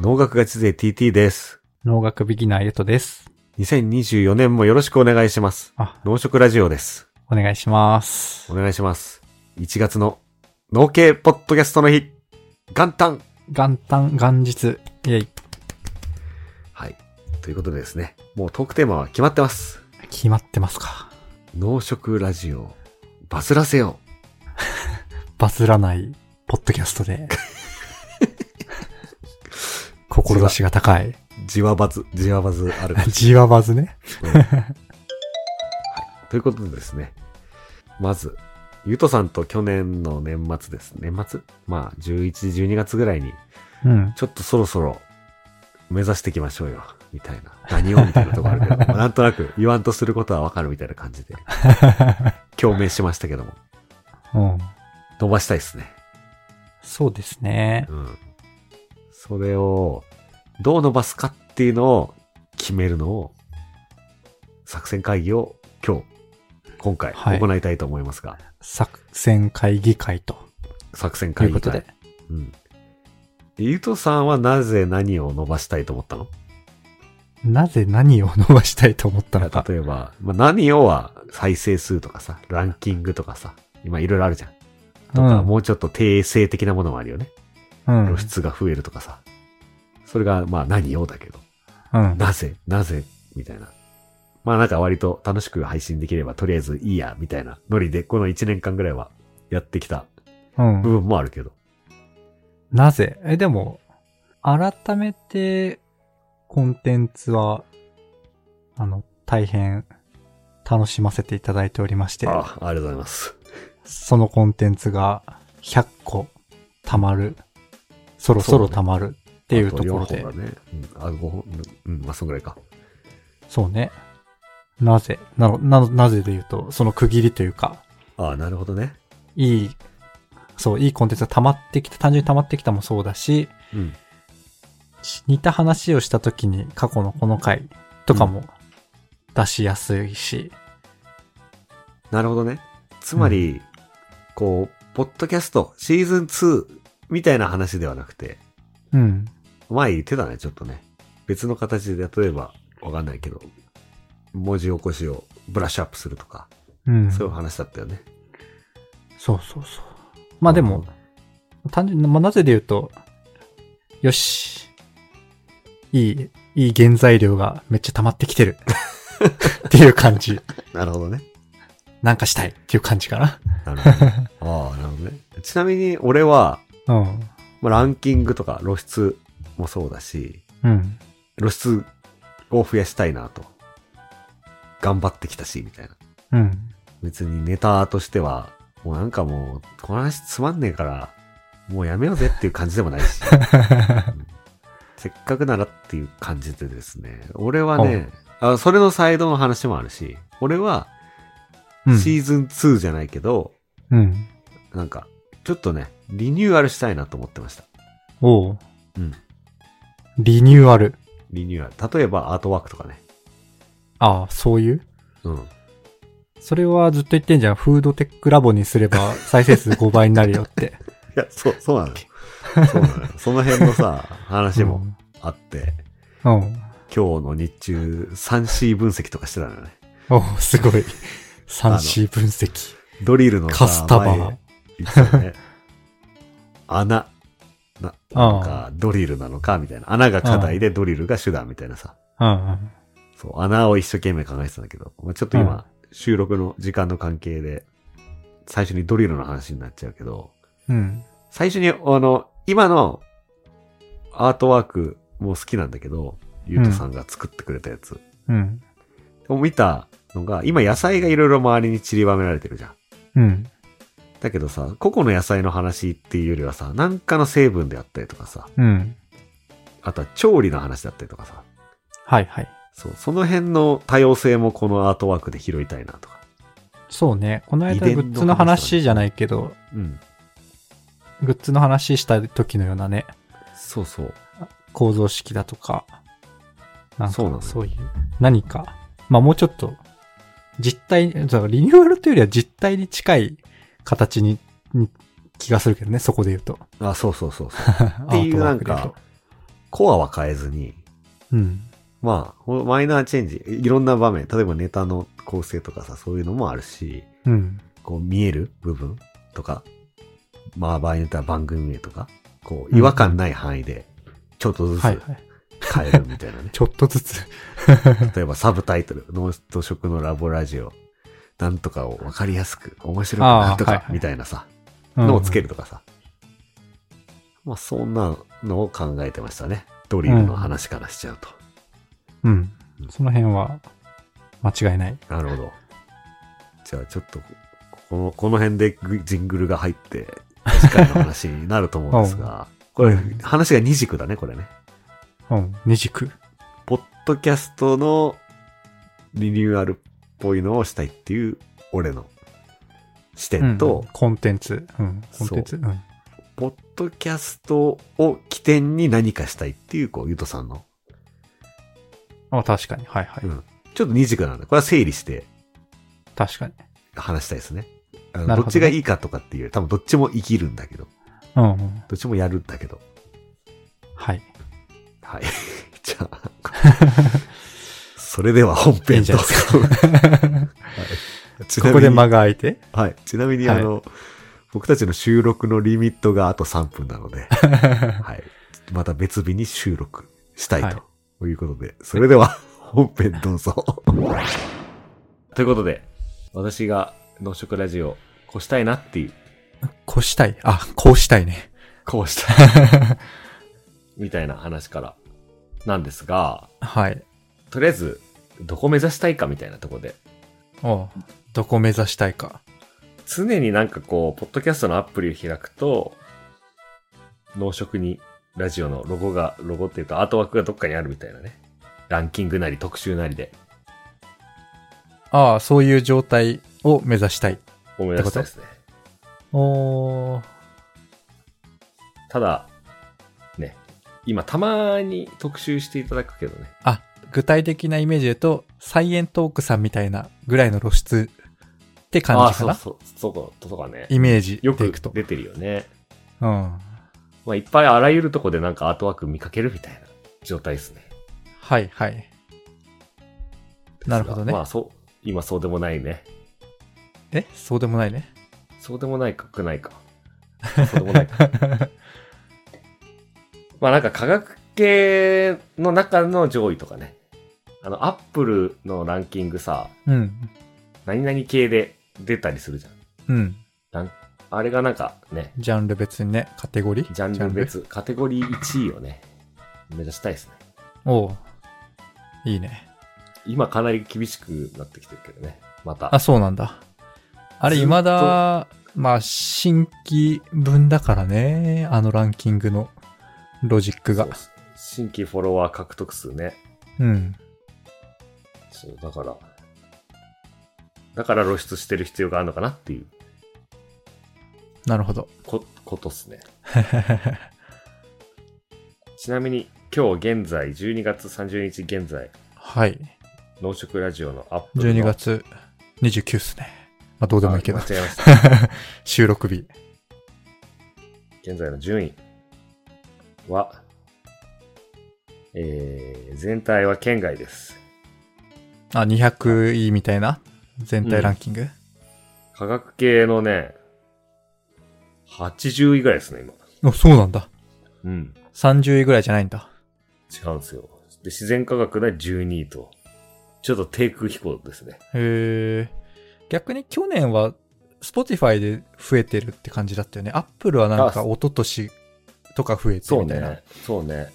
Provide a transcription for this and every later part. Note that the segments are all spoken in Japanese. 農学ガチ勢 TT です。農学ビギナーゆとです。 2024年もよろしくお願いします。あ、農食ラジオです。お願いしますお。願いします。1月の農系ポッドキャストの日、元旦元旦、元日。イェイ。はい。ということでですね、もうトークテーマは決まってます。決まってますか。農食ラジオ、バズらせよう。バズらない、ポッドキャストで。志が高い。じわバズ、じわバズある。ジワバズね。ということでですね、まず、ゆとさんと去年の年末です。年末まあ、11、12月ぐらいに、うん。ちょっとそろそろ目指していきましょうよ、みたいな。何をみたいなとこあるけ ど、まあなんとなく言わんとすることはわかるみたいな感じで、共鳴しましたけども、うん。伸ばしたいですね。そうですね。うん。それを、どう伸ばすかっていうのを決めるのを、作戦会議を今日、今回はい行いたいと思いますが、作戦会議会と作戦い会う議こと会で。。うん。でゆとさんはなぜ何を伸ばしたいと思ったのなぜ何を伸ばしたいと思ったのか。例えば、まあ、何をは再生数とかさ、ランキングとかさ、今いろいろあるじゃん。とか、もうちょっと定性的なものもあるよね。うん。うん露。出が増えるとかさ。それが、まあ何をだけど。うん。なぜなぜみたいな。まあなんか割と楽しく配信できればとりあえずいいや、みたいなノリでこの1年間ぐらいはやってきたうん部分もあるけど。なぜえ、でも、改めて、コンテンツは、あの、大変、楽しませていただいておりまして、ああ、ありがとうございます。そのコンテンツが、100個、溜まる、そろそろ溜まるっていうところで、あそうと,、ね、うん、あ5本、うん、まあそんぐらいか。ね。なぜなの、な、なぜで言うと、その区切りというか、ああ、なるほどね。いい、そう、いいコンテンツが溜まってきた、単純に溜まってきたもそうだし、うん。似た話をした時に過去のこの回とかも出しやすいし、なるほどね。つまり、こう、ポッドキャストシーズン2みたいな話ではなくて、うん、前言ってたね、ちょっとね。別の形で、例えば、わかんないけど、文字起こしをブラッシュアップするとか、うん、そうそいうう話だったよね。そうそうまあでも、単純に、まあ、なぜで言うと、よし、いい、いい原材料がめっちゃ溜まってきて るっていう感じ、なるほどね。なんかしたいっていう感じかな。なるほど ね。ああ、なるほどね。ちなみに、俺は、うん、まあ、ランキングとか露出もそうだし、うん、露出を増やしたいなと。頑張ってきたし、みたいな。 うん、別にネタとしては、もうなんかもう、この話つまんねえから、もうやめようぜっていう感じでもない し、うんせっかくならっていう感じでですね、俺はね、あそれのサイドの話もあるし、俺はうん、シーズン2じゃないけど、うん、なんか、ちょっとね、リニューアルしたいなと思ってました。おう、うん。リニューアル。リニューアル。例えばアートワークとかね。ああ、そういううん。それはずっと言ってんじゃん。フードテックラボにす れば再生数5倍になるよって。いや、そう、そう なのよ。そうなのよ。その辺のさ、話もあって、うん。うん。今日の日中 3C 分析とかしてたのよね。おうすごい。3C 分析。ドリルのさカスタバー前。言って たよね穴。な、なんか、ドリルなのかみたいな。穴が課題でドリルが手段みたいなさ。うんうん。そう、穴を一生懸命考えてたんだけど、まあ、ちょっと今、収録の時間の関係で、最初にドリルの話になっちゃうけど、うん。最初に、あの、今のアートワークも好きなんだけど、ゆうとさんが作ってくれたやつ。うん。を見たのが、今野菜がいろいろ周りに散りばめられてるじゃん。うん。だけどさ、個々の野菜の話っていうよりはさ、なんかの成分であったりとかさ、うん。あとは調理の話だったりとかさ、はいはい。そう、その辺の多様性もこのアートワークで拾いたいなとか。そうね。この間遺伝グのッズの話じゃないけど、うん。グッズの話した時のようなね、そうそう。構造式だとか、なんそうなのかよそういう、何か、まあもうちょっと、実態、そうリニューアルというよりは実態に近い形に、 に気がするけどね、そこで言うと。あ、そうそうそうそう。 っっていうなんか、コアは変えずに、うん。まあ、ほマイナーチェンジ、いろんな場面、例えばネタの構成とかさ、そういうのもあるし、うん。こう見える部分とか、まあ場合によっては番組名とか、こう違和感ない範囲で、ちょっとずつはい変はい。えるみたいなね。ちょっとずつ。例えばサブタイトル、脳と食のラボラジオ、なんとかをわかりやすく、面白くなんとあーはいかは、いみたいなさ、うんのをつけるとかさ。まあそんなのを考えてましたね。ドリルの話からしちゃうと。うん。その辺は、間違いない。なるほど。じゃあちょっと、この、この辺でグジングルが入って、次回の話になると思うんですが、これ、話が二軸だね、これね。うん。二軸。ポッドキャストのリニューアルっぽいのをしたいっていう、俺の視点と、うんコンテンツ。うん。コンテンツ。うん。ポッドキャストを起点に何かしたいっていう、こう、ゆとさんの、あ、確かに。はいはい。うんちょっと二軸なんで、これは整理して確かに。話したいですね。あのどなるほっどねちがいいかとかっていうより、多分どっちも生きるんだけど、うん、うん。どっちもやるんだけど、 はい。はい。 じゃあ、 それでは本いい編んじどゃうなぞ。いですか。はい ちなみこにこで間が空いて。はい。ちなみに、はいあの、僕たちの収録のリミットがあと3分なの で、はい。また別日に収録したいと、、はいうことで、それでは本編どうぞ。 ということで、私が農食ラジオ、こうしたいなっていう、こうしたい。あ、こうしたいね。こうしたい みたいな話からなんですが、はい。とりあえず、どこ目指したいかみたいなところで、おうどこ目指したいか。常になんかこう、ポッドキャストのアプリを開くと、農食にラジオのロゴが、ロゴっていうかアートワークがどっかにあるみたいなね。ランキングなり特集なりでああ、そういう状態を目指したい。思い出したいですね。おー。ただ、ね、今たまに特集していただくけどね。あ、具体的なイメージで言うと、サイエントークさんみたいなぐらいの露出って感ああ、じかそうな。そう、そうこととかね。イメージよでいくくと。出てるよね。うん。まあいっぱいあらゆるとこでなんかアートワーク見かけるみたいな状態ですね。はいはい。なるほどねまあそう、今そうでもないね。えそうでもな いね。そうでもないか、くないか。そうでもないか。まあなんか科学系の中の上位とかね。あの、アップルのランキングさ、うん。何々系で出たりするじゃん。うん。あれがなんかね、ジャンル別にね、カテゴリージャンル別、カテゴリー1位をね、目指したいですね。おういいね。今かなり厳しくなってきてるけどね。また。あ、そうなんだ。あれ、ずっと未だ、まあ、新規分だからね。あのランキングのロジックがそう。新規フォロワー獲得数ね。うん。そう、だから、だから露出してる必要があるのかなっていうなるほど。こ、ことっす ね。ちなみに今日現在12月30日現在はい。農食ラジオのアップルの12月29っすね。まあ、どうでもいいけどあ。間違えました 収録日。現在の順位は、えー、全体は県外ですあ、200位みたいな全体ランキング。科学系のね80位ぐらいですね今あ、そうなんだ。うん30位ぐらいじゃないんだ。違うんですよで自然科学で12位とちょっと低空飛行ですねへえ。逆に去年は Spotify で増えてるって感じだったよね。Apple はなんかあ一昨年とか増えてそるうみたいな。ねそうね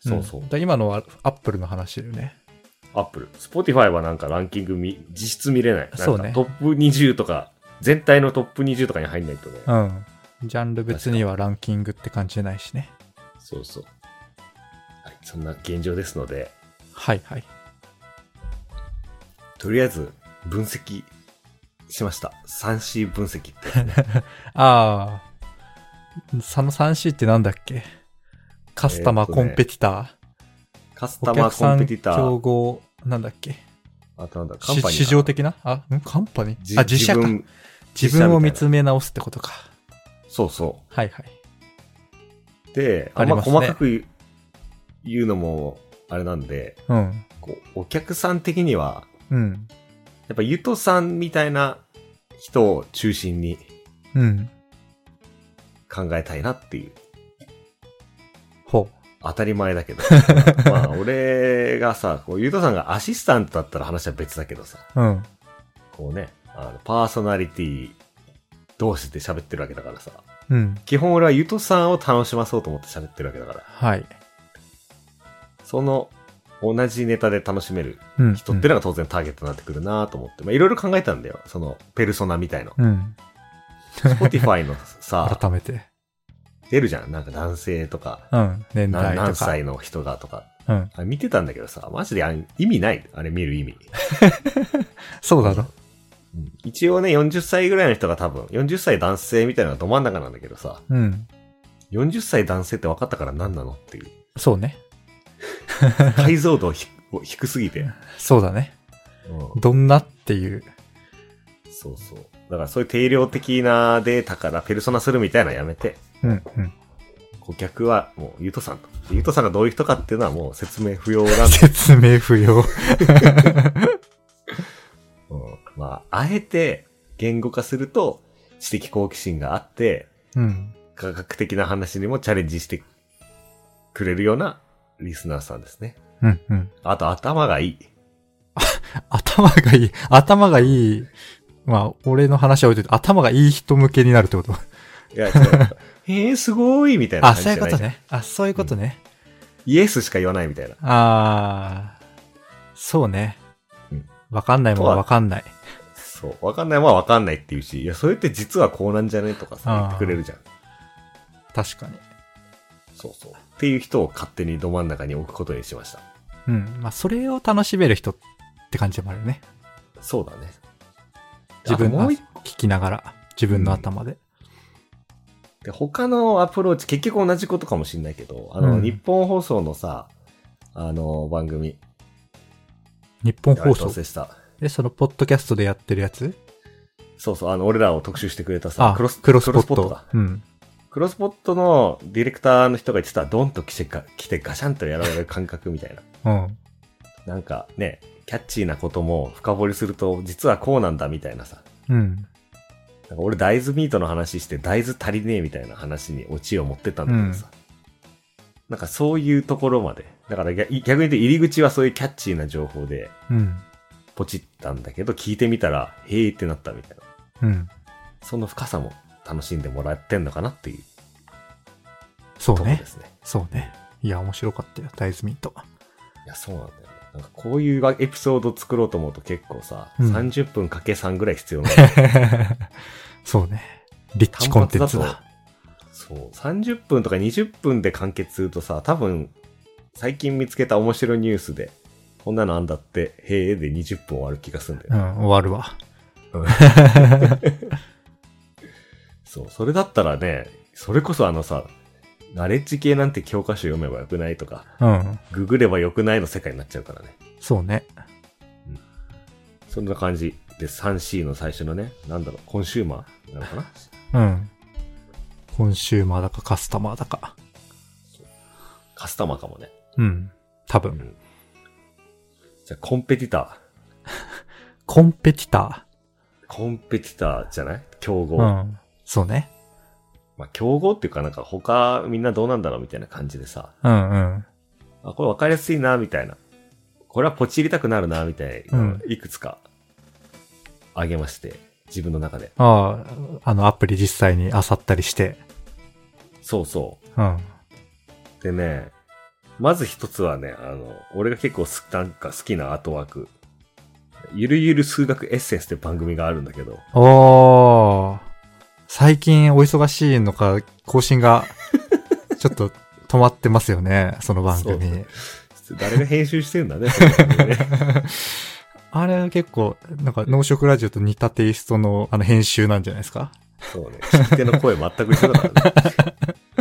そうそう、んだから今のは Apple の話だよね。アップル。スポティファイはなんかランキング見、実質見れない。なんかそうねトップ20とか、全体のトップ20とかに入んないとね。うん。ジャンル別にはランキングって感じじゃないしね。そうそう。はい、そんな現状ですので、はいはい。とりあえず分析しました。3C 分析って。 ああ。その 3C ってなんだっけカスタマえーー、っとコねンペティタカスー。タおマ客ーコさンんペティタ競ー。合、なんだっけあとなんだ、カンしパニーかな。市場的なあ、んカンパニじーあ、自社か。分自自社みたい分なを見つめ直すってことか。そうそはいはい。う。って、あんありまますね細かく言う言うのも、あれなんで、うん。こうお客さん的には、うん。やっぱゆとさんみたいな人を中心にうん。考えたいなっていう。ほ当たり前だ けど。まあ、俺がさ、こう、ゆうとさんがアシスタントだったら話は別だけどさ、う。うん。こうね、あの、パーソナリティ同士で喋ってるわけだからさ、うん。基本俺はゆとさんを楽しまそうと思って喋ってるわけだから、はい。その、同じネタで楽しめるうん。人ってのが当然ターゲットになってくるなと思って、まあ、いろいろ考えたんだよ。その、ペルソナみたい の。うん。 Spotify のさ、改めて。出るじゃん。なんか男性とか、うん。年な代とか。何歳の人がとか。うん。あ見てたんだけどさ、マジであれ意味ない。あれ見る意味。そうだろ。うん一応ね、40歳ぐらいの人が多分、40歳男性みたいなのがど真ん中なんだけどさ、うん。 40歳男性って分かったから何なのっていう。そうね。解像度ひを低すぎて。そうだね。うんどんなっていう。そうそう。だからそういう定量的なデータからペルソナするみたいなのやめて、うん。うん。顧客はもうゆとさんと。ゆとさんがどういう人かっていうのはもう説明不要 なんで。 説明不要。うんまあ、あえて言語化すると知的好奇心があって、うん。科学的な話にもチャレンジしてくれるようなリスナーさんですね。うん。うん。あと頭がいい。頭がいい。頭がいい。まあ、俺の話は置いといて、頭がいい人向けになるって こと。いや、ちょっと えー、すごいみたいなあ、感じじゃそういうないことね。あ、そういうことね。イエスしか言わないみたいな。あー、そうねうん。わかんないもんはわかんない。そう。わかんないもんはわかんないって言うし、いや、それって実はこうなんじゃねとかさ、あー言ってくれるじゃん。確かに。そうそう。っていう人を勝手にど真ん中に置くことにしました。うん。まあ、それを楽しめる人って感じもあるよね。そうだね。自分あとものう一聞きながら、自分の頭で。で他のアプローチ、結局同じことかもしんないけど、あの、うん日本放送のさ、あの、番組。日本放あれ送調。整した。え、その、ポッドキャストでやってるやつそうそう、あの、俺らを特集してくれたさあ、、クロス、クロスポックロスポットトだ。うん。クロスポットのディレクターの人が言ってた、ドンと来てか、来てガシャンとやられる感覚みたいな。うん。なんかね、キャッチーなことも深掘りすると、実はこうなんだみたいなさ。うん。なんか俺大豆ミートの話して大豆足りねえみたいな話にオチを持ってったんだけどさ。なんかそういうところまで。だから逆逆に言うと入り口はそういうキャッチーな情報でうん。ポチったんだけど、聞いてみたら、へえってなったみたいな。うん。その深さも楽しんでもらってんのかなっていうそとこうろねで。すね。そうね。いや、面白かったよ。大豆ミー ト。いや、そうなんだよね。なんかこういうエピソードを作ろうと思うと結構さ、うん30分かけ3ぐらい必要なの。 そうね。リッチコンテンツだ。そう。30分とか20分で完結するとさ、多分、最近見つけた面白いニュースで、こんなのあんだって、へえで20分終わる気がするんだようね。ん、終わるわ。そう。それだったらね、それこそあのさ、ナレッジ系なんて教科書読めばよくないとか、うん。ググればよくないの世界になっちゃうからね。そうね。そんな感じで 3C の最初のね、なんだろう、コンシューマーなのか なうん。コンシューマーだかカスタマーだか。カスタマーかもね。うん。多う分。ん。じゃあ、コンペティタコンペティター。コンペティターじゃない競合。ー。うん。そうね。まあ、競合っていうかなんか他みんなどうなんだろうみたいな感じでさ、うんうん。あ、これ分かりやすいな、みたいな。これはポチりたくなるな、みたいな、うんいくつか、あげまして、自分の中で。ああ、あのアプリ実際に漁ったりして。そうそうん。う。でね、まず一つはね、あの、俺が結構すなんか好きなアートワーク。ゆるゆる数学エッセンスって番組があるんだけど、おー。最近お忙しいのか、更 新が、ちょっと止まってますよね。その番そ組う。誰が編集してるんだね、その番組ねあれ結構、なんか、農食ラジオと似たテイストの、あの、編集なんじゃないですかそうね。聞き手の声全く一緒だからね。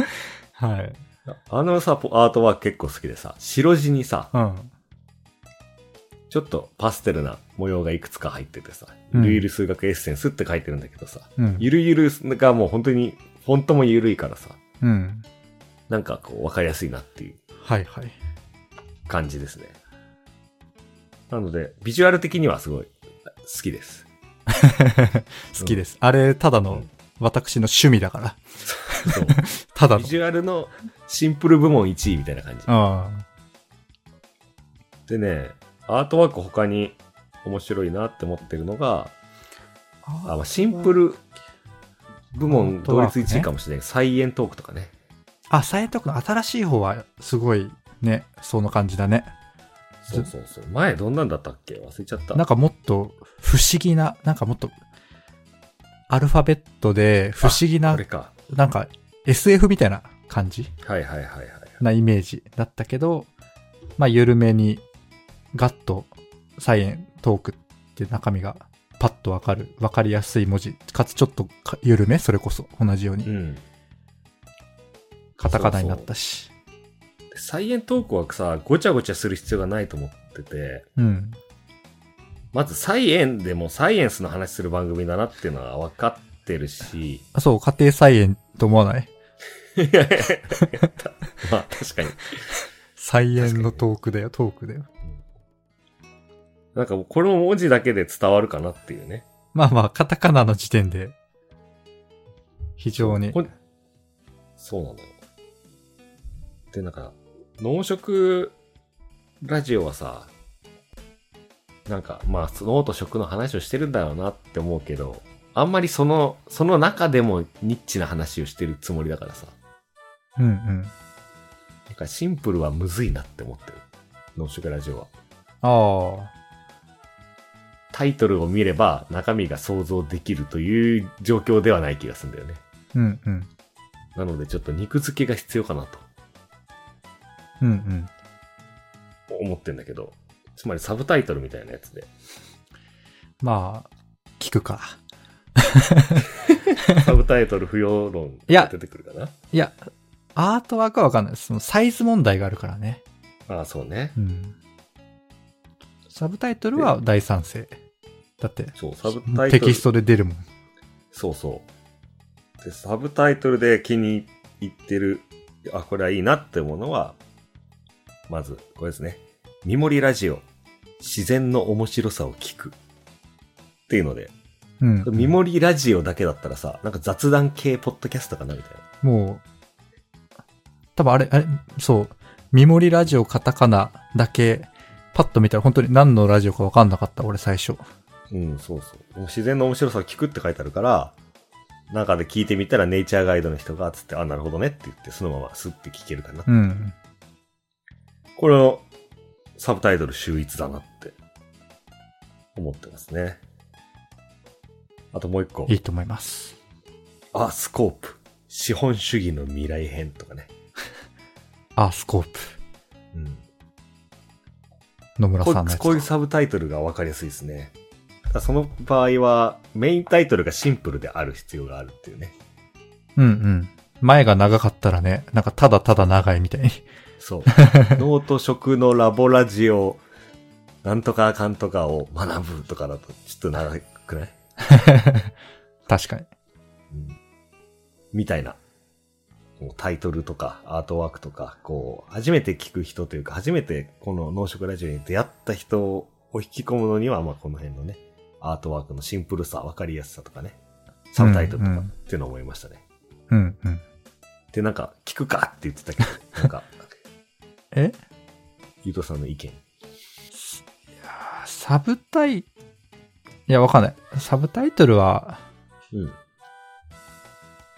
はい。あのさ、ポアートワーク結構好きでさ、白地にさ、うん。ちょっとパステルな模様がいくつか入っててさ、うゆんるゆる数学エッセンスって書いてるんだけどさ、うん。ゆるゆるがもう本当に、フォントもゆるいからさ、うん。なんかこう、わかりやすいなっていうはいはい。 感じですね。なので、ビジュアル的にはすごい好きです。好きです。あれ、ただうのん私の趣味だから。 そうただのビ。ジュアルのシンプル部門1位みたいな感じ。あでね、アートワーク他に面白いなって思ってるのが、ああ。まあシンプル部門同率アートワーク1位ねかもしれない。サイエントークとかね。あ、サイエントークの新しい方はすごいね、その感じだね。そうそうそう。前どんなんだったっけ忘れちゃった。なんかもっと不思議な、なんかもっと、アルファベットで不思議なこれ、か。なんか SF みたいな感じはいはいはいはい。なイメージだったけど、まあ緩めにガッとサイエントークって中身がパッとわかる、わかりやすい文字、かつちょっとか緩め、それこそ同じよううに。ん。カタカナになったし。サイエントークはさ、ごちゃごちゃする必要がないと思ってて、うん。まずサイエンでもサイエンスの話する番組だなっていうのは分かってる し、 あそう、家庭菜園と思わないいやいやいやまあ確かに。菜園のトークだよ、トークだよ。なんかもうこれも文字だけで伝わるかなっていうね。まあまあ、カタカナの時点で、非常に。こそうなのよ。で、なんか、農食ラジオはさ、なんか、まあ、脳と食の話をしてるんだろうなって思うけど、あんまりその、その中でもニッチな話をしてるつもりだからさ、うんうん。なんかシンプルはむずいなって思ってる。農食ラジオは。ああ。タイトルを見れば中身が想像できるという状況ではない気がするんだよね。うんうん。なのでちょっと肉付けが必要かなと。うんうん。思ってんだけど、つまりサブタイトルみたいなやつで、まあ、聞くか。サブタイトル不要論 いがや出てくるかな。いや、アートワークはわかんないです。そのサイズ問題があるからね。ああ、そうね。うん。サブタイトルは大賛成。だって、そう、サブタイトル。テキストで出るもん。そうそう。で、サブタイトルで気に入ってる、あ、これはいいなってものは、まず、これですね。ミモリラジオ、自然の面白さを聞く。っていうので、うん。ミモリラジオだけだったらさ、なんか雑談系ポッドキャストかなみたいな。もう、多分あれ、あれ、そう、ミモリラジオカタカナだけ、パッと見たら本当に何のラジオかわかんなかった、俺最初。うん、そうそう。自然の面白さを聞くって書いてあるから、中で聞いてみたらネイチャーガイドの人が、つって、あ、なるほどねって言って、そのまますって聞けるかな。うん。これのサブタイトル秀逸だなって思ってますね。あともう一個い。いと思います。あ、スコープ。資本主義の未来編とかね。アースコープ。うん。野村こさんのやつこういうサブタイトルが分かりやすいですね。ただその場合は、メインタイトルがシンプルである必要があるっていうね。うんうん。前が長かったらね、なんかただただ長いみたいに。 そう。脳と食のラボラジオ、なんとかかんとかを学ぶとかだと、ちょっと長くない、確かに。うんみたいな。こうタイトルとか、アートワークとか、こう、初めて聞く人というか、初めてこの農食ラジオに出会った人を引き込むのには、まあ、この辺のね、アートワークのシンプルさ、わかりやすさとかね、サブタイトルとうんうかんっていうのを思いましたね。うんうん。で、なんか、聞くかって言ってたけど、なんか、えゆうとさんの意見。サブタイ、いや、わかんない。サブタイトルは、うん。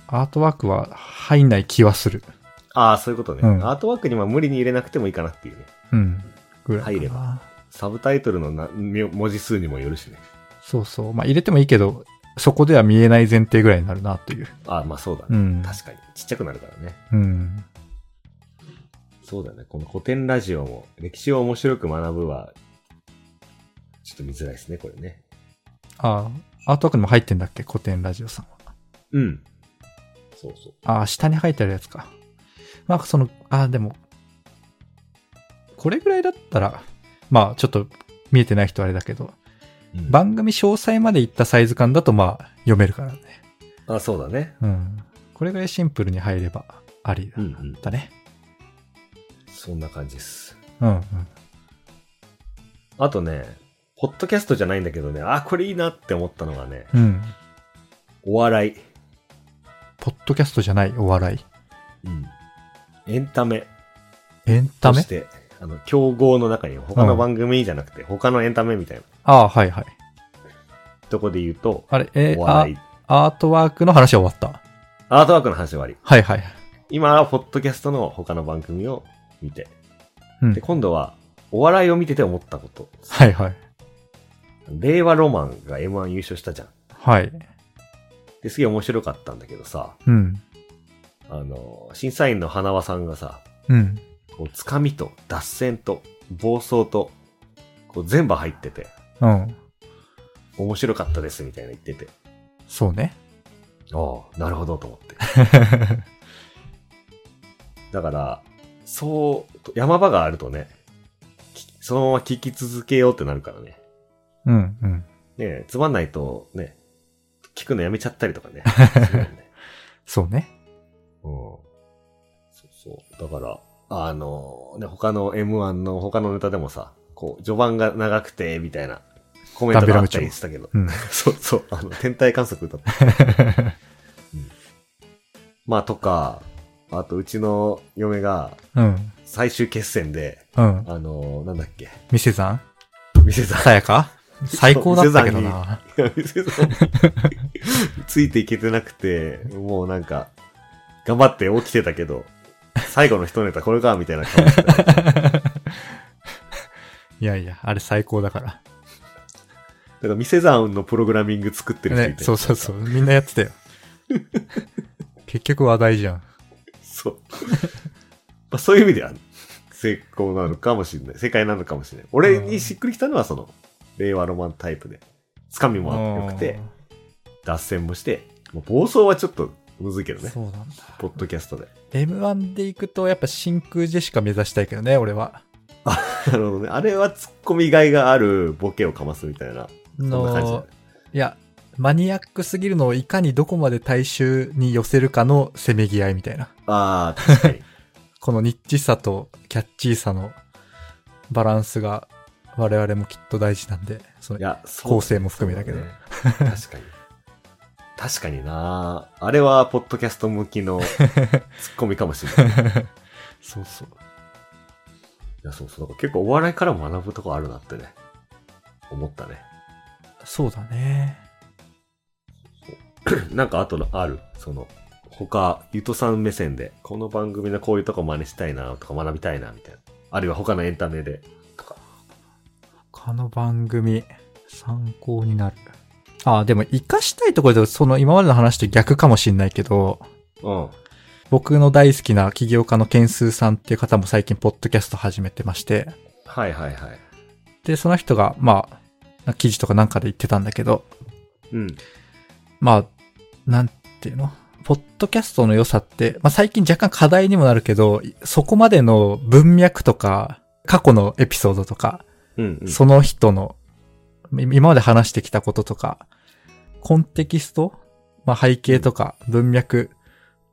アートワークは入んない気はする。ああ、そういうことね。うんアートワークには無理に入れなくてもいいかなっていうね。うん。ぐらいかな。入ればサブタイトルのなみ文字数にもよるしね。そうそう。まあ、入れてもいいけど、そこでは見えない前提ぐらいになるなという。ああ、まあそうだうね。ん。確かに。ちっちゃくなるからね。うん。そうだね。この古典ラジオも、歴史を面白く学ぶは、ちょっと見づらいですね、これね。ああ、アートワークにも入ってんだっけ古典ラジオさんは。うん。そうそう。ああ、下に入ってあるやつか。まあ、その、ああ、でも、これぐらいだったら、まあ、ちょっと見えてない人はあれだけど、うん番組詳細までいったサイズ感だと、まあ、読めるからね。あ、そうだね。うん。これぐらいシンプルに入れば、ありうんうん。だね。そんな感じです。うんうん。あとね、ポッドキャストじゃないんだけどね、あ、これいいなって思ったのがね、うん。お笑い。ポッドキャストじゃないお笑い。うん。エンタメエンタとメして、あの、競合の中に他の番組じゃなくて、他のエンタメみたいなああ、はいはい。とこで言うと、あれ、えおーあ笑い。アートワークの話は終わった。アートワークの話は終わり。はいはい。今は、ポッドキャストの他の番組を見て。うんで、今度は、お笑いを見てて思ったこと。はいはい。令和ロマンが M1 優勝したじゃん。はい。ですげえ面白かったんだけどさ、うん。あの、審査員の花輪さんがさ、うん。こう、つかみと、脱線と、暴走と、こう、全部入ってて、うん。面白かったですみたいな言ってて、そうね。ああ、なるほどと思って。だから、そう、山場があるとね、きそのまま聞き続けようってなるからね。うんうん。ねえつまんないとね、聞くのやめちゃったりとか ね。するよねそうね。うん。そうそう。だから、あの、ね、他の M1 の他のネタでもさ、こう、序盤が長くて、みたいなコメントがあったりしたけど。うん。そう そう。あの、天体観測だった。 まあ、とか、あと、うちの嫁がうん。最終決戦で、うん。あの、なんだっけ、店さん店さんさやか最高だったけどな。いや、店さんについていけてなくて、もうなんか、頑張って起きてたけど、最後の一ネタこれか、みたいな顔してた。 いやいや、あれ最高だから。だから、店さんのプログラミング作ってる人いたねよ、そうそうそう。みんなや ってたよ。結局話題じゃん。そう。まあ、そういう意味では、成功なのかもしれない。正解なのかもしれない。俺にしっくりきたのは、その、令和ロマンタイプで。つかみも良くて、脱線もして、もう暴走はちょっとむずいけどうん。ね。そうなんだ。ポッドキャストで。 M1 で行くと、やっぱ真空ジェシカ目指したいけどね、俺は。なるほどね。あれはツッコミがいがあるボケをかますみたいな。そんな感じだのね、いや、マニアックすぎるのをいかにどこまで大衆に寄せるかのせめぎ合いみたいな。ああ、確か に。このニッチさとキャッチーさのバランスが我々もきっと大事なんで、そのいや、そう構成も含めだけどそうだね確かに。確かになあれは、ポッドキャスト向き のツッコミかもしれない。いそうそう。や、そうそう。だから結構お笑いからも学ぶとこあるなってね。思ったね。そうだね。なんかあとのある、その、他、ゆとさん目線で、この番組のこういうとこ真似したいなとか学びたいなみたいな。あるいは他のエンタメで。他の番組、参考になる。ああ、でも活かしたいところで、その今までの話と逆かもしんないけど、うん。僕の大好きな起業家のケンスーさんっていう方も最近ポッドキャスト始めてまして、はいはいはい。で、その人が、まあ、記事とかなんかで言ってたんだけど、うん。まあ、なんていうのポッドキャストの良さって、まあ最近若干課題にもなるけど、そこまでの文脈とか、過去のエピソードとか、うん、うん。その人の、い今まで話してきたこととか、コンテキストまあ背景とか文脈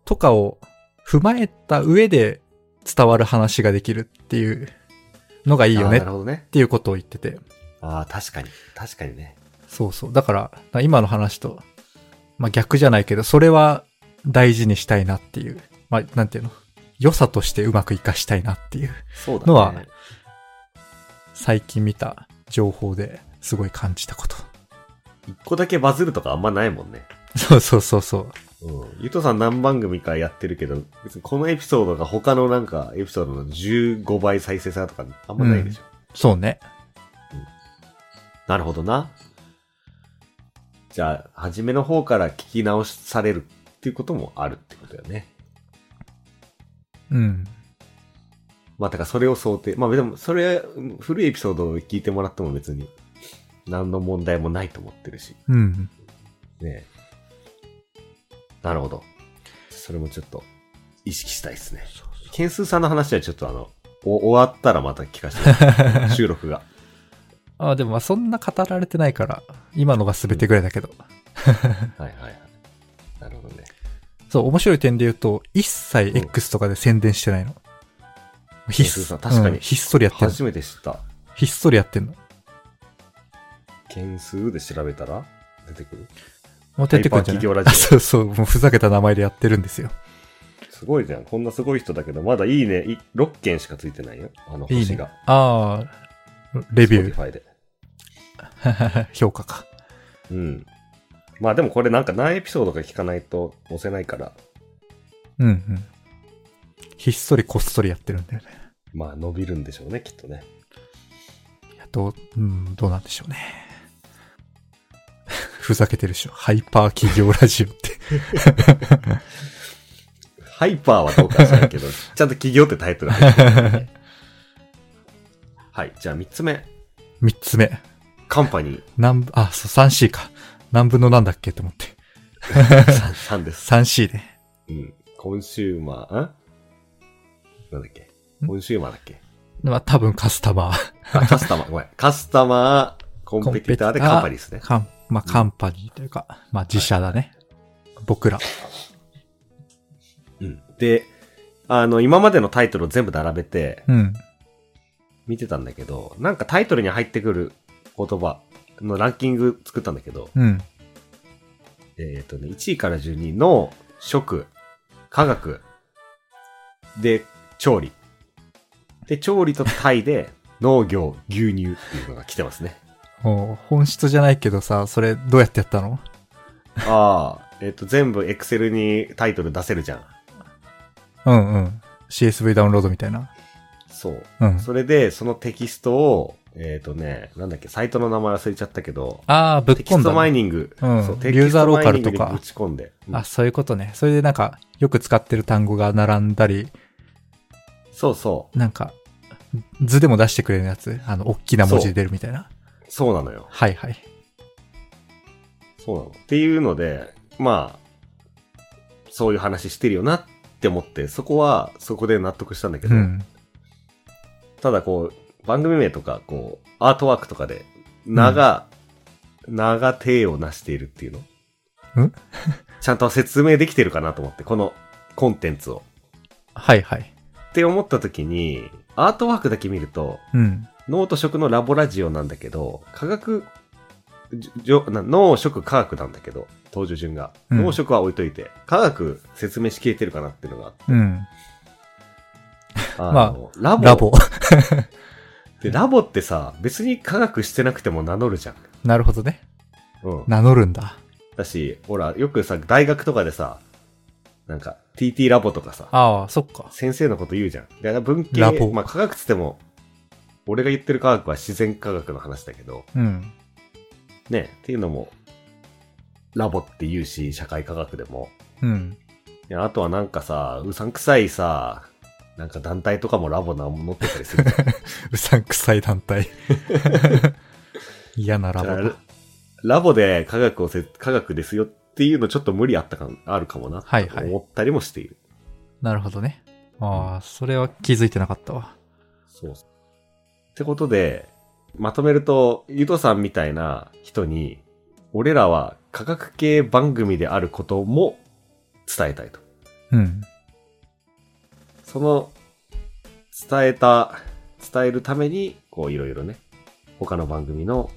とかを踏まえた上で伝わる話ができるっていうのがいいよあーねっなるほどね。ていうことを言ってて。ああ、確かに。確かにね。そうそう。だから、今の話と、まあ、逆じゃないけど、それは大事にしたいなっていう、まあ、なんていうの、良さとしてうまく活かしたいなっていう、そうだね。のは最近見た情報ですごい感じたこと。 一個だけバズるとかあんまないもんね。そうそうそうそう。うん。ゆとさん何番組かやってるけど、別にこのエピソードが他のなんか、エピソードの15倍再生されたとかあんまないでしょ。そうね。なるほどな。じゃあ、初めの方から聞き直されるっていうこともあるってことだよね。うん。まあ、だからそれを想定。まあ、でも、それ、古いエピソードを聞いてもらっても別に、何の問題もないと思ってるし。うん。ねえ。なるほど。それもちょっと、意識したいですね。ケンスーさんの話はちょっとあの、お終わったらまた聞かせ て、収録が。ああ、でもまあそんな語られてないから、今のが全てぐらいだけど。はいはいはい。なるほどね。そう、面白い点で言うと、一切うん X とかで宣伝してないの。ひっそうそす、う確かにうんひっそりやってんの。初めて知った。ひっそりやってんの。件数で調べたら出てくる。もう出てくるんじゃないハイパー企業ラジオあそうそう、もうふざけた名前でやってるんですよ。すごいじゃん。こんなすごい人だけど、まだいいね、い6件しかついてないよ。あのいい星ねが。。ああ、レビュ Spotify で。ー、評価か。 うん。まあでもこれなんか何エピソードか聞かないと押せないから、うんうん。ひっそりこっそりやってるんだよね。まあ伸びるんでしょうね、きっとね。いやどう、うん、どうなんでしょうね。 ふざけてるでしょ。ハイパー企業ラジオって。ハイパーはどうかは知らん けど、ちゃんと企業ってタイトル入ってるからねはい。じゃあ3つ目。三つ目。カンパニー南部、あ、そう、3C か。南部のなんだっけと思って。さんです。 3C ね。うん。コンシューマー、んなんだっけコンシューマーだっけまあ多分カスタマー。あ、カスタマー、ごめん。カスタマー、コンペティターでカンパニーですね。カン、まあカンパニーというか、まあ自社だね。僕ら。うん。で、あの、今までのタイトルを全部並べてうん。見てたんだけど、なんかタイトルに入ってくる言葉のランキング作ったんだけど、うん。えっ、とね、1位から12位、脳、食、科学、で、調理。で、調理とタイで、 農業、牛乳っていうのが来て ますね。もう本質じゃないけどさ、それどうやってやったのああ、えっ、と、全部エクセルにタイトル出せるじゃん。うんうん。CSV ダウンロードみたいな。そう。うん。それで、そのテキストを、えっ、とね、なんだっけ、サイトの名前忘れちゃったけど、ああ、ぶっテキ込んストだね、マイニング、うんそう、ユテキースザートローマイカニルングとにかぶち込んで。うんあ、そういうことね。それでなんか、よく使ってる単語が並んだり、そうそなんか、図でも出してくれるやつ。あの、大きな文字で出るみたいな。う。そうなのよ。はいはい。そうなの。っていうので、まあ、そういう話してるよなって思って、そこは、そこで納得したんだけうど、ん。ただこう、番組名とか、こう、アートワークとかで、名が、名が体を成しているっていうの。んちゃんと説明できてるかなと思って、このコンテンツを。はいはい。って思った時に、アートワークだけ見ると、うん。脳と食のラボラジオなんだけど、科学、じょじょな脳食科学なんだけど、登場順が。うん脳食は置いといて、科学説明しきれてるかなっていうのが、うん。あまあのラボラボ。 で。ラボってさ、別に科学してなくても名乗るじゃん。なるほどね。うん。名乗るんだ。だし、ほら、よくさ、大学とかでさ、なんか、TT ラボとかさ、ああ、そっか。先生のこと言うじゃん。で文系ラボ、まあ科学っつっても、俺が言ってる科学は自然科学の話だけど、うん。ね、っていうのも、ラボって言うし、社会科学でも。うん。いやあとはなんかさ、うさんくさいさ、なんか団体とかもラボなものってたりするじゃん うさんくさい団 体。嫌 なラボだかだら。ラボで科学をせ、科学ですよっていうのちょっと無理あったかん、あるかもな、はいはい思ったりもしている。なるほどね。ああ、それは気づいてなかったわ。そう。ってことで、まとめると、ゆとさんみたいな人に、俺らは科学系番組であることも伝えたいと。うん。その、伝えた、伝えるために、こういろいろね、他の番組の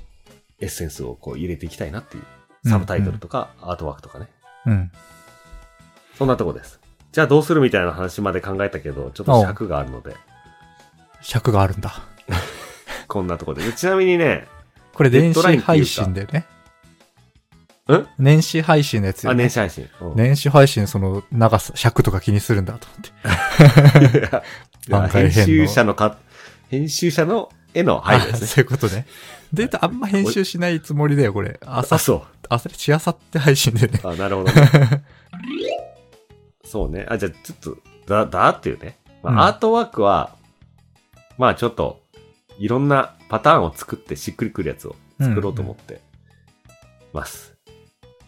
エッセンスをこう入れていきたいなっていう、サブタイトルとか、アートワークとかね。うん。そんなとこです。じゃあどうするみたいな話まで考えたけど、ちょっと尺があるので、尺があるんだ。こんなとこで。でちなみにね、これ、デ電ッド子ラインっていうか配信だよね。ん年始配信のやつよあ、ね。年始配信。うん 年始配信、その、長さ、尺とか気にするんだと思って。いや番外編編集の者のか、編集者の絵の配慮あですね。 そういうことね。データあんま編集しないつもりだよ、これ。あさあ、、そあさ、しあさって配信でね。う。あ、なるほどね。 そうね。あ、じゃあ、ちょっと、だ、だっていうね。まあうんアートワークは、まあちょっと、いろんなパターンを作ってしっくりくるやつを作ろうと思ってます。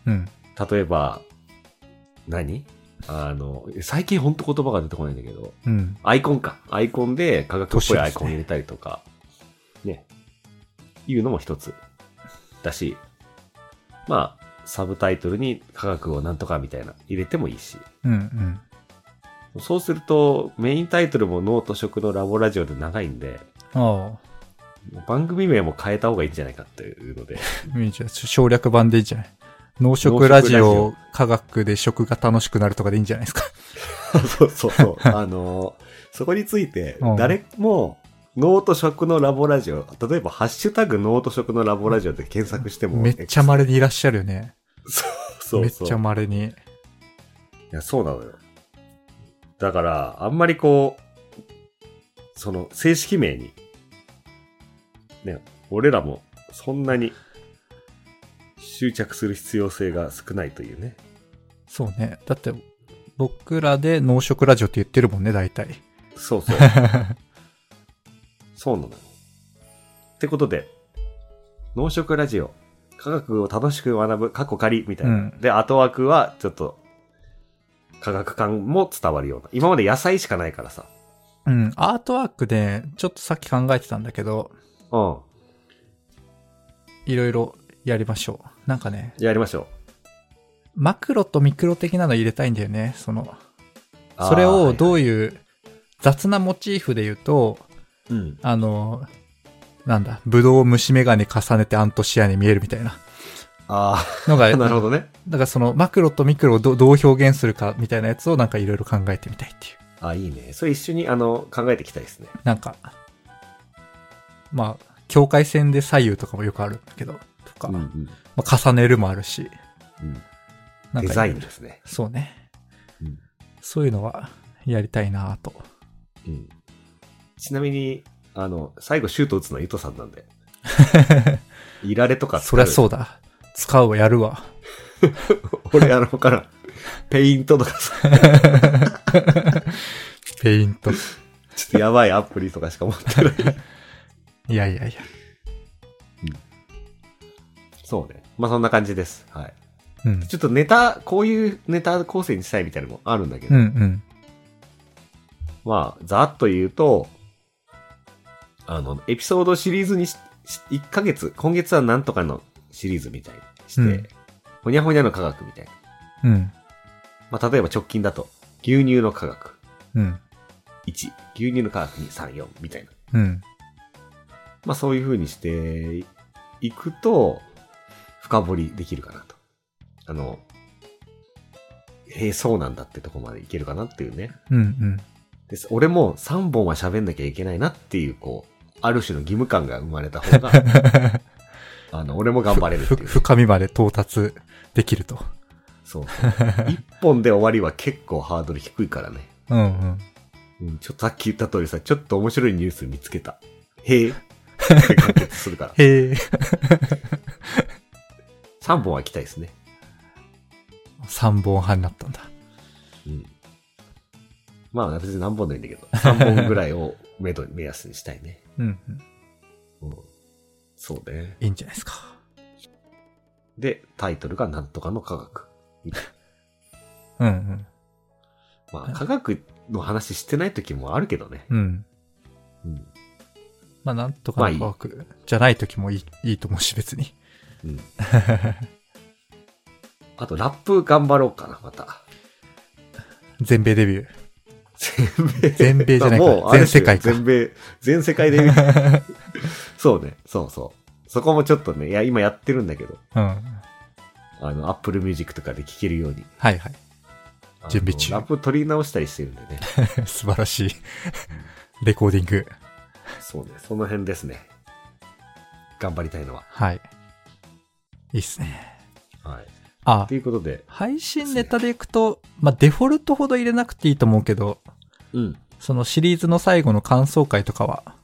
うん。例えば、何あの、最近ほんと言葉が出てこないんだけど、うん。アイコンか。アイコンで科学っぽいアイコン入れたりとか、ね。いうのも一つ。だし、まあ、サブタイトルに科学をなんとかみたいな入れてもいいし。うんうん。そうすると、メインタイトルも脳と食のラボラジオで長いんで、あ番組名も変えた方がいいんじゃないかっていうので、あ、いいじゃん。省略版でいいんじゃない農食ラジオ、科学で食が楽しくなるとかでいいんじゃないですか。そうそうそう。 あのそこについてうん、誰も、脳と食のラボラジオ、例えば、ハッシュタグ脳と食のラボラジオで検索しても、めっちゃ稀にいらっしゃるよね。 そうそう。めっちゃ稀に。いや、そうなのよ。だから、あんまりこう、その、正式名に、ね、俺らも、そんなに、執着する必要性が少ないというね。そうね。だって、僕らで農食ラジオって言ってるもんね、大体。そう そう。そうなのよ。ってことで、農食ラジオ、科学を楽しく学ぶ、過去仮、みたいな。うんで、後枠は、ちょっと、科学感も伝わるような。今まで野菜しかないからさ。うん。アートワークで、ちょっとさっき考えてたんだけど、うん。いろいろやりましょう。なんかね、やりましょう。マクロとミクロ的なの入れたいんだよね。その、それをどういう、雑なモチーフで言うと、うん。あの、なんだ、ブドウを虫眼鏡重ねてアントシアに見えるみたいなあのが、あ、 なだるかほどね。らそのマクロとミクロをどどう表現するかみたいなやつをなんかいろいろ考えてみたいっていう。あいいね。それ一緒に、あの、考えていきたいですね。なんか、まあ、境界線で左右とかもよくあるんだけど、とか、まん。あ、重ねるもあるし、うん、なんデかザインですね。そうね。うんそういうのはやりたいなぁと。うん。ちなみに、あの、最後シュート打つのはゆとさん なんで。いられとかそりゃう。そうだ。使うわ、やるわ。俺、あの、から、ペイントとかさ、ペイ ント。ちょっとやばいアプリとかしか持って ない。いやいやいや。そうね。まあ、そんな感じです。はい。うん。ちょっとネタ、こういうネタ構成にしたいみたいなのもあるんだけど、うんうん。まあ、ざっと言うと、あの、エピソードシリーズにし、し1ヶ月、今月はなんとかのシリーズみたいにして、うんほにゃほにゃの科学みたいな。うん。まあ、例えば直近だと、牛乳の科学うん。 1、牛乳の科学2、3、4みたいな。うん。まあ、そういう風にしていくと、深掘りできるかなと。あの、へえ、そうなんだってとこまでいけるかなっていうね。うんうん。です。俺も3本は喋んなきゃいけないなっていう、こう、ある種の義務感が生まれた 方が、あの、俺も 頑張れるってふいうね、深みまで到達できると。そう。1本で終わりは結構ハードル低いからね。うんうん。うん、ちょっとさっき言った通りさ、ちょっと面白いニュース見つけた。へえ。って完結するから。へえ。 3本は行きたいですね。 3本半になったんだ。うん。まあ、別に何本でもいいんだけど、3本ぐらいを目ど目安にしたいね。うんうん。うん。そうね。いいんじゃないですか。で、タイトルがなんとかの科学。うんまあ、科学の話してない時もあるけどね。うん。うん。うん。まあ、なんとまあかいのい科学じゃない時もいい、いいと思うし、別に。 うん。あと、ラップ頑張ろうかな、また。全米デビュー。全米。全米じゃないかもうあれですよ全世界か全米、全世界 で。そうね、そうそう。そこもちょっとね、いや、今やってるんだけど、うん。あの、Apple Music とかで聴けるように。はい はい。あの準備中ラップ取り直したりしてるんでね。素晴らしい。レコーディング。そうね、その辺ですね。頑張りたいのは。はい。いいっすね。はい。あと、いうことで、配信ネタでいくと、まあ、デフォルトほど入れなくていいと思うけど、うん。そのシリーズの最後の感想会とかは、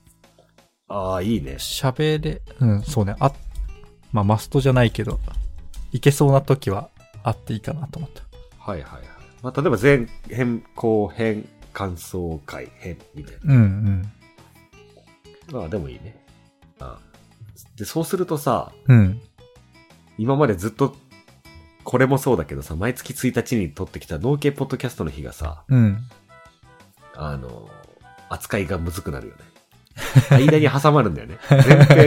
ああ、いいね。喋れ、うん、そうね、あ、まあ、マストじゃないけど、いけそうな時はあっていいかなと思った。はいはいはい。まあ、例えば前編、後編、感想会編みたいな。うんうん。まあでもいいね。あで、そうするとさ、うん。今までずっと、これもそうだけどさ、毎月1日に撮ってきた農系ポッドキャストの日がさ、うん。あの、扱いがむずくな るよね。間に挟まるんだよね。前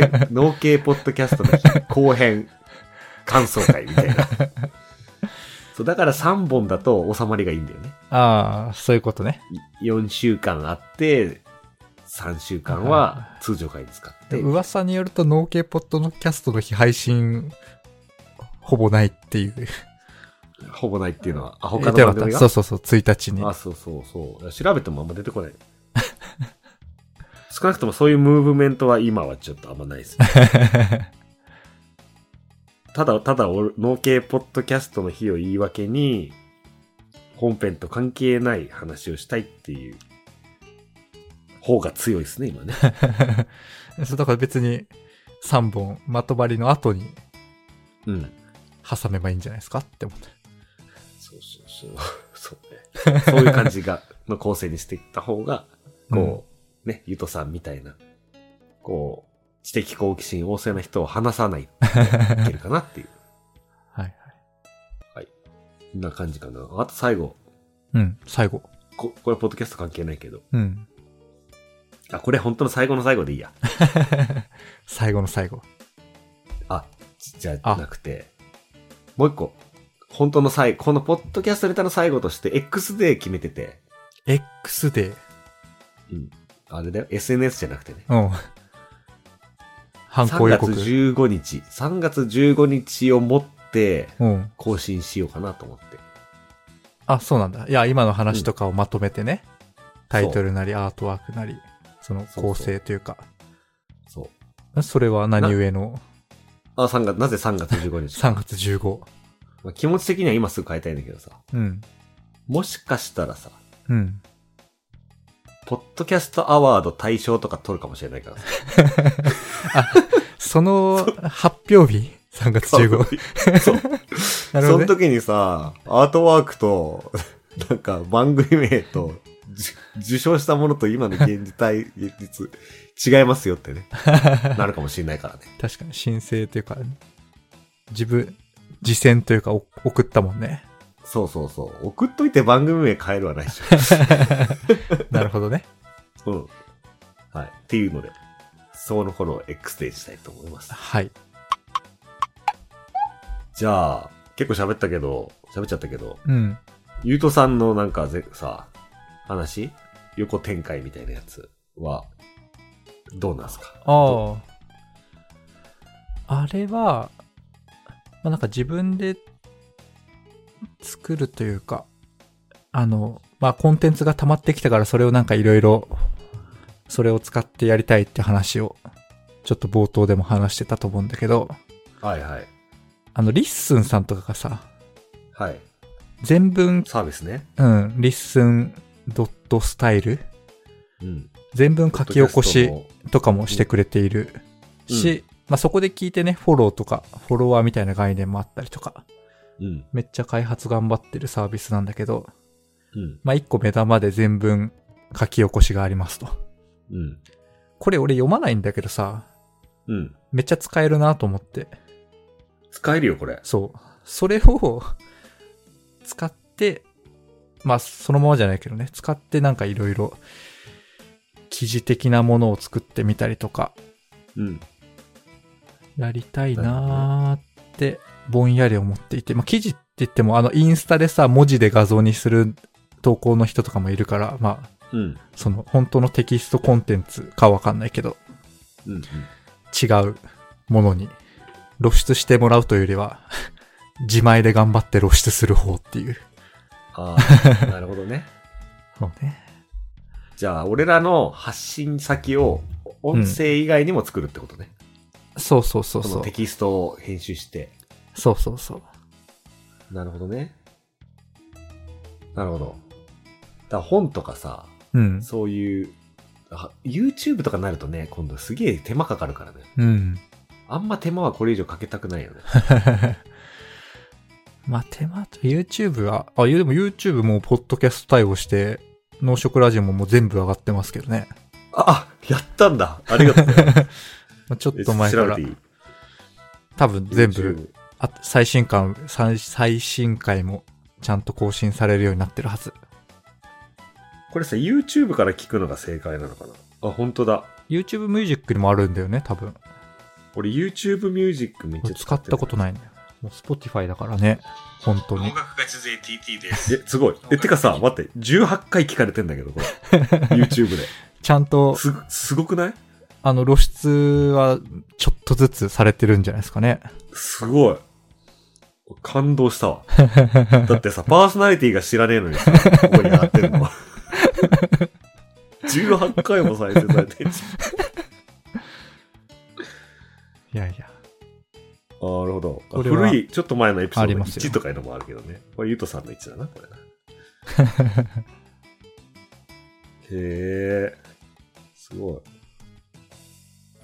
編、農系ポッドキャストの日、後編、感想会みたいな。そう、だから3本だと収まりがいいんだよね。ああ、そういうことね。い4週間あって、3週間は通常回で使って。噂によると、農系ポッドキャストの配信、ほぼないっていう。ほぼないっていうのは、あ、言他ってのな番かっ組たがそうそうそう、1日に。あ、そうそうそう。調べてもあんま出てこない。 少なくともそういうムーブメントは今はちょっとあんまない ですね。ただ、ただ俺、農系ポッドキャストの日を言い訳に、本編と関係ない話をしたいっていう方が強いですね、今 ね。 そうだから別に、3本まとまりの後にうん。挟めばいいんじゃないですかって思って。そうそうそう。 そうね。そういう感じ が、の構成にしていった方が、こう、ね、ゆとさんみたいな、こう、知的好奇心旺盛な人を離さないいけるかなっていう。はいはい。そんな感じかな。あと最後、うん、最後。ここれポッドキャスト関係ないけど。うん。あ、これ本当の最後の最後でいいや。 最後の最後。あ、じじゃあなくて、もう一個。本当の最後、このポッドキャストネタの最後として X で決めてて、 X で、あれだよ、SNS じゃなくてね。うん。犯行予告。 3月15日、3月15日をもってうん。更新しようかなと思って。あ、そうなんだ。いや、今の話とかをまとめてね。タイトルなり、アートワークなり、その構成というか。そう。それは何故のあ、3月、なぜ3月15日3月15。まあ気持ち的には今すぐ変えたいんだけどさ。うん。もしかしたらさ、うん。ポッドキャストアワード大賞とか取るかもしれないから さ。その発表日 ?3 月15。そう。なるそほのど、ね。時にさ、アートワークと、 なんか番組名と、じ受賞したものと今の現実体、現実、違いますよって ね。なるかもしれないからね。確かに申請というか、自分、自薦というかお送ったも んね。そうそうそう。送っといて番組名変えるはないでしょ。なるほどね。 うん。はい。っていうので、その頃を X デーにしたいと思います。はい。じゃあ、結構喋ったけど、喋っちゃったけど、うん。ゆうとさんのなんかぜさ、話横展開みたいなやつは、どうなんすかどああ。あれは、まあ、なんか自分で作るというか、あの、まあ、コンテンツが溜まってきたからそれをなんかいろいろ、それを使ってやりたいって話を、ちょっと冒頭でも話してたと思うんだけど、はいはい。あの、リッスンさんとかがさ、はい。全文、サービスね。うん、リッスン .style うん。全文書き起こしポッドキャスとかもしてくれているし、まあ、そこで聞いてね、フォローとか、フォロワーみたいな概念もあったりとか、トも。うん。めっちゃ開発頑張ってるサービスなんだけど、うん。まあ、一個目玉で全文書き起こしがありますと。うん。これ俺読まないんだけどさ、うん。めっちゃ使えるなと思って。使えるよ、これ。そう。それを使って、まあ、そのままじゃないけどね、使ってなんかいろいろ、記事的なものを作ってみたりとか、うん。やりたいなーって、ぼんやり思っていて、まあ、記事って言っても、あの、インスタでさ、文字で画像にする投稿の人とかもいるから、まあ、うん。その、本当のテキストコンテンツかわかんないけど、うん。うん。違うものに露出してもらうというよりは、 自前で頑張って露出する方っていう。あ あ、なるほどね。そうね。じゃあ、俺らの発信先を、音声以外にも作るってことね。そうそうそうそそのうテ。キストを編集して。そうそうそう。なるほどね。なるほど。だから本とかさ、うん。そういう、あ YouTube とかになるとね、今度すげえ手間かかるからね。うん。あんま手間はこれ以上かけたくない よね。まあ、手間と、YouTube は、あ、いやでも YouTube もポッドキャスト対応して、農食ラジオももう全部上がってますけどね。あ、やったんだありがとう。まあ、ちょっと前か調べらてい、い多分全部、 YouTube あ最新刊、最最新回もちゃんと更新されるようになってるはず。これさ、YouTube から聞くのが正解なのかなあ、本当だ。 YouTube ミュージックにもあるんだよね、多分。俺 YouTube ミュージックめっちゃ使ったことい。ないんだよ。もう Spotify だからね。本当音に。楽が続い TT です。え、すごい。え、てかさ、待って、18回聞かれてんだけど、こ れ。YouTube で。ちゃんと、す、すごくないあの、露出はちょっとずつされてるんじゃないですかね。すごい。感動した わ。だってさ、パーソナリティが知らねえのにさ、ここに上がってる の。18回も再生されてんじいやいや。ゃん。あーなるほど。これは古い、ちょっと前のエピソあーりドますよ1とかいうのもあるけどね。これ、ゆうとさんの1だな、こ れな。へえ。すごい。こ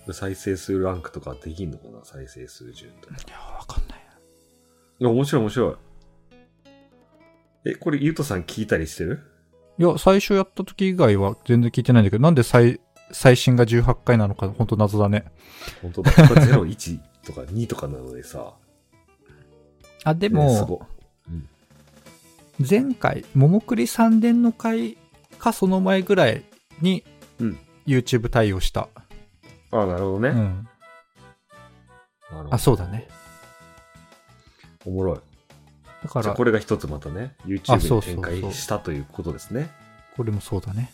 れ再生数ランクとかできんのかな再生数順とか。いや、わかんない。いや面白い面白い。え、これ、ゆうとさん聞いたりしてるいや、最初やった時以外は全然聞いてないんだけど、なんで最、最新が18回なのか、本当謎だね。本 当だ。これ0、1とか2とかなのでさ。あ、でねすも、ごい前回、桃栗三伝の回かその前ぐらいにうん、 YouTube 対応した。あなるほどね。うなるん。ほどあ、そうだね。。おもろい。だかじゃら、あここれれが一つまたね、あそ YouTube うにそうそう展開したということですね。もそうだね。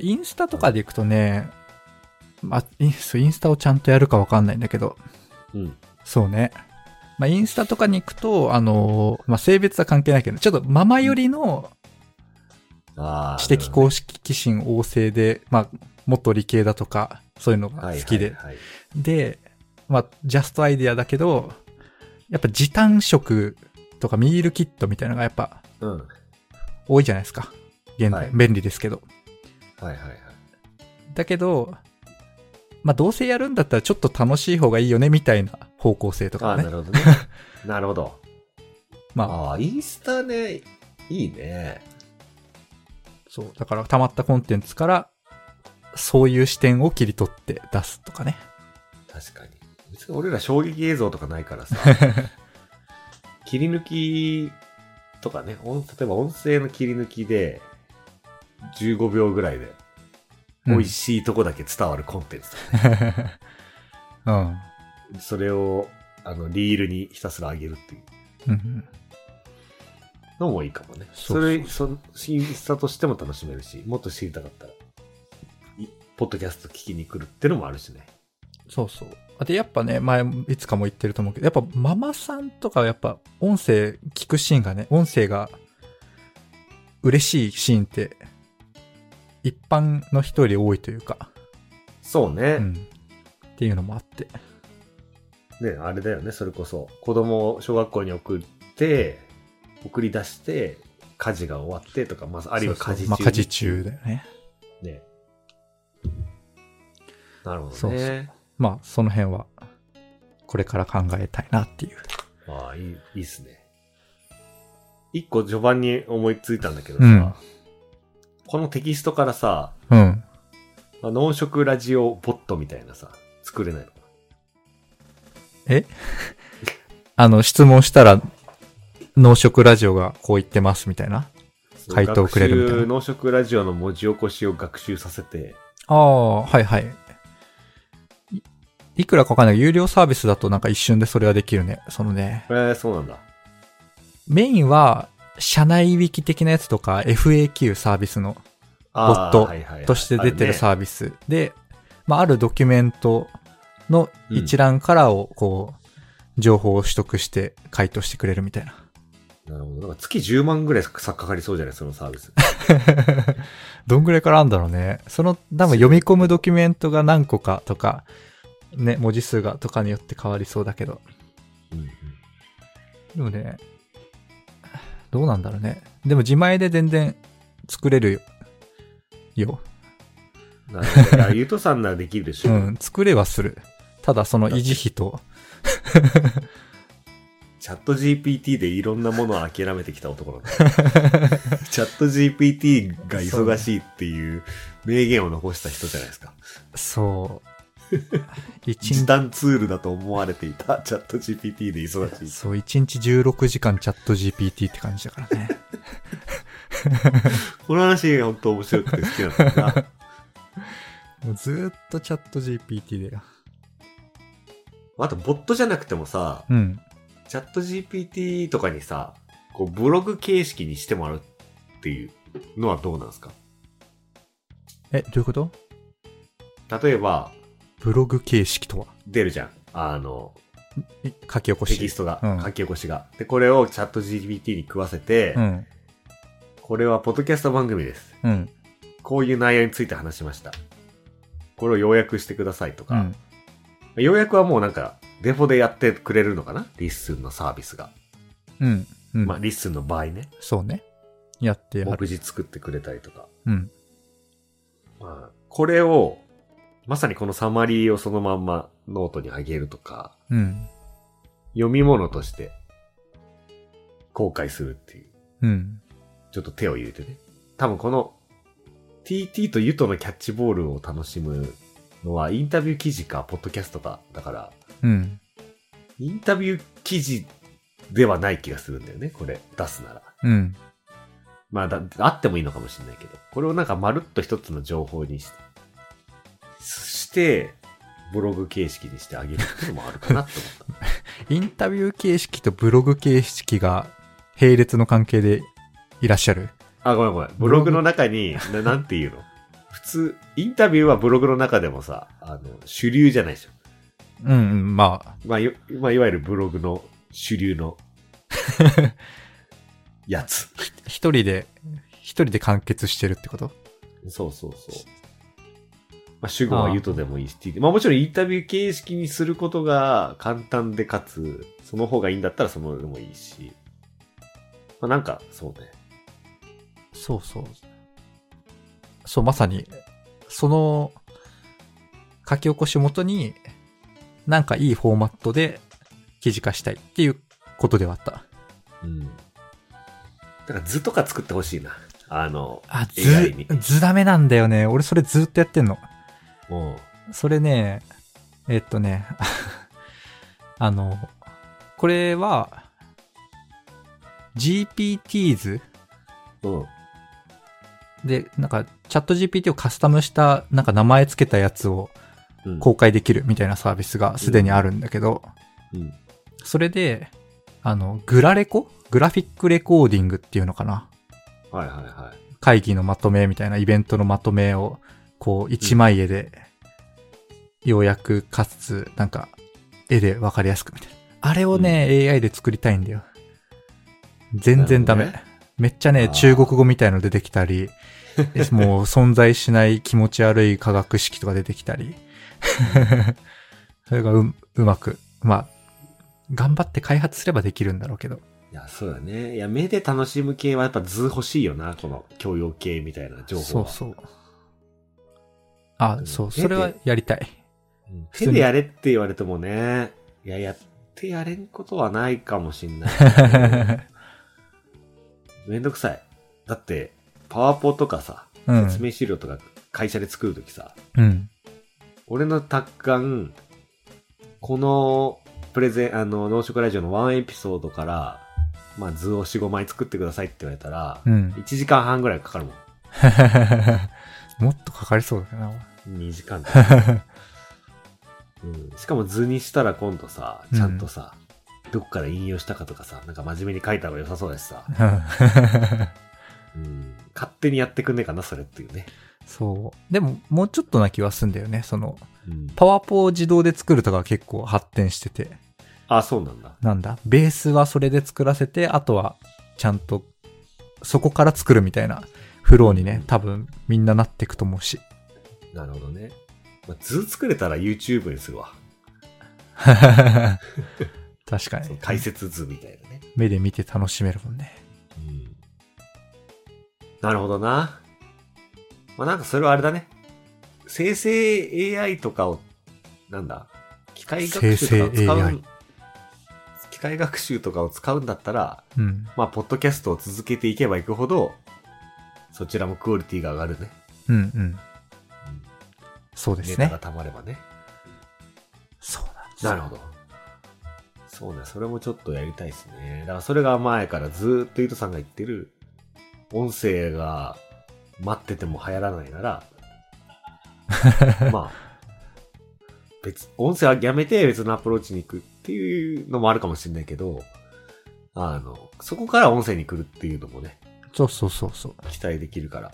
インスタとかで行くとね、まあ、インそうインスタをちゃんとやるかわかんないんだけど、うん。そうね。まあ、インスタとかに行くと、あのーまあ、性別は関係ないけど、ちょっとママ寄りのああ。知的公式寄進旺盛で、まあ、元理系だとか、そういうのが好きはで。いはいはいで、まあ、ジャストアイディアだけど、やっぱ時短食とかミールキットみたいなのがやっぱうん。多いじゃないですか。現在、はい便利ですけど。はいはいはい。だけど、まあ、どうせやるんだったらちょっと楽しい方がいいよね、みたいな方向性とあかあ、なね。るほ どね。なるほど。まあ、ああ、インスタね、いいね。そう。だから、溜まったコンテンツから、そういう視点を切り取って出すとかね。確かに。別に俺ら衝撃映像とかないから さ。切り抜きとかね、音例えば音声の切り抜きで、15秒ぐらいで、美味しいとこだけ伝わるコンテンツとかね、うん。それを、あの、リールにひたすら上げるっていううん。のもいいかもね。そうそそうれ、そインスタとしても楽しめるし、もっと知りたかったら、いポッドキャスト聞きに来るってのもあるしね。そうそう。で、やっぱね、前、いつかも言ってると思うけど、やっぱママさんとかはやっぱ音声聞くシーンがね、音声が嬉しいシーンって、一般の人より多いというか、そうね。うん。っていうのもあって。ね、あれだよね、それこそ。子供を小学校に送って、送り出して、家事が終わってとか、まず、あるいは家事中に。そうそうまあ家事中だよね。ね。なるほどね。そうそうまあ、その辺は、これから考えたいなっていう。ああ、いい、いいっすね。一個序盤に思いついたんだけどさ、うんこのテキストからさ、うん。まあ農食ラジオボットみたいなさ、作れないのかあの、質問したら、農食ラジオがこう言ってますみたいな。な回答をくれるみたいな学習農食ラジオの文字起こしを学習させて、ああ、はいはい。いいくらかわかんないけど、有料サービスだとなんか一瞬でそれはできるね。そのね、えー、そうなんだ。メインは、社内ウィキ的なやつとか、FAQ サービスの、あーボットはいはいはいとして出てるあサービスで、まあ、あるドキュメントの一覧からを、こう、情報を取得して回答してくれるみたいな。るねなるほど。なんか月10万ぐらいさかかりそうじゃないそのサービス。どんぐらいからあんだろうね。その、多分読み込むドキュメントが何個かとか、ね、文字数がとかによって変わりそうだけど。うんうんでもね、どうなんだろうね。でも自前で全然作れるよ。よ。なるほど。いやゆとさんならできるでしうょ。ん、作れはする。ただその維持費と、チャット GPT でいろんなものを諦めてきた男なん だチャット GPT が忙しいっていう名言を残した人じゃないですか。そう。一時日、短ツールだと思われていたチャット GPT で忙しい。そう、一日16時間チャット GPT って感じだからね。この話本当面白くて好きなんだ よな。もうずーっとチャット GPT で。あと、ボットじゃなくてもさ、うん。チャット GPT とかにさ、こう、ブログ形式にしてもらうっていうのはどうなんですかえ、どういうこと例えば、ブログ形式とは出るじゃん。あの、え書き起こし。テキストが、うん書き起こしが。で、これをチャット GPT に食わせて、うん。これはポッドキャスト番組です。うん。こういう内容について話しました。これを要約してくださいとうか、ん。要約はもうなんか、デフォでやってくれるのかなリッスンのサービスが。うん。うん。まあ、リッスンの場合ね。そうね。やってや目る。次作ってくれたりとか。うん。まあ、これを、まさにこのサマリーをそのまんまノートにあげるとか、うん。読み物として、公開するっていう。うん。ちょっと手を入れてね。多分この、TT とユとのキャッチボールを楽しむのは、インタビュー記事か、ポッドキャストか、だから、うん。インタビュー記事ではない気がするんだよね、これ、出すなら。うん。まあ、だあってもいいのかもしれないけど、これをなんかまるっと一つの情報にしして、ブログ形式にしてあげるっていうのもあるかなと思った。インタビュー形式とブログ形式が並列の関係でいらっしゃる。あ、ごめんごめん。ブログの中に、ななんていうの普通、インタビューはブログの中でもさ、あの、主流じゃないでしょ。うん、うん、まあ、まあ、よまあ、いわゆるブログの主流の、やつ。一人で、一人で完結してるってことそうそうそう。まあ、主語は言うとでもいいし、まあもちろんインタビュー形式にすることが簡単でかつ、その方がいいんだったらそのでもいいし。まあなんか、そうね。そうそう。そう、まさに、その、書き起こしをもとに、なんかいいフォーマットで記事化したいっていうことではあった。うん。だから図とか作ってほしいな。あの、あ、 AI 図に、図ダメなんだよね。俺それずっとやってんの。もそれね、えっとね、 あの、これは、GPTs う、うん。で、なんか、チャット GPT をカスタムした、なんか名前つけたやつをうん、公開できるみたいなサービスがすでにあるんだけど、うん。それで、あの、グラレコグラフィックレコーディングっていうのかなはいはいはい。会議のまとめみたいなイベントのまとめを、こう、一枚絵で、ようやくかつ、なんか、絵でわかりやすくみたいな。あれをね、AI で作りたいんだよ。全然ダメ。なるほめっちゃね、あー中国語みたいの出てきた り、もう存在しない気持ち悪い化学式とか出てきたり。 それがう、うまく。まあ、頑張って開発すればできるんだろうけど。いや、そうだね。いや、目で楽しむ系はやっぱ図欲しいよな。この教養系みたいな情報そは。うそう。あ、そう、手でそれはやりたい。うん普通手にでやれって言われてもね、いや、やってやれんことはないかもしんない。めんどくさい。だって、パワポとかさ、うん説明資料とか会社で作るときさ、うん。俺の達観、このプレゼン、あの、農食ラジオのワンエピソードから、まあ図を4、5枚作ってくださいって言われたら、 うん。 1時間半ぐらいかかるももっとかかりそうだな。ん。2時間 とか、うん。しかも図にしたら今度さ、ちゃんとさ、どこから引用したかとかさ、なんか真面目に書いた方が良さそうだしさ、うん、勝手にやってくんねえかな、それっていうね。そう。でも、もうちょっとな気はすんだよね。その、うん、パワポを自動で作るとかは結構発展してて。あ、そうなんだ。なんだベースはそれで作らせて、あとは、ちゃんと、そこから作るみたいなフローにね、多分、みんななっていくと思 うし。なるほどね。まあ、図作れたら YouTube にするわ。確かそのに。解説図みたいなね。目で見て楽しめるもんね。うん。なるほどな。まあ、なんかそれはあれだね。生成 AI とかを、なんだ機械学習とかを使生成う AI。機械学習とかを使うんだったら、うん。まあ、ポッドキャストを続けていけばいくほど、そちらもクオリティが上がるね。うんうん。そうですネタねが。溜まればね。そうなんですなるほど。そうね、それもちょっとやりたいですね。だからそれが前からずーっと伊藤さんが言ってる、音声が待ってても流行らないなら、まあ、別、音声はやめて別のアプローチに行くっていうのもあるかもしれないけど、あの、そこから音声に来るっていうのもね、そうそうそうそう。期待できるから。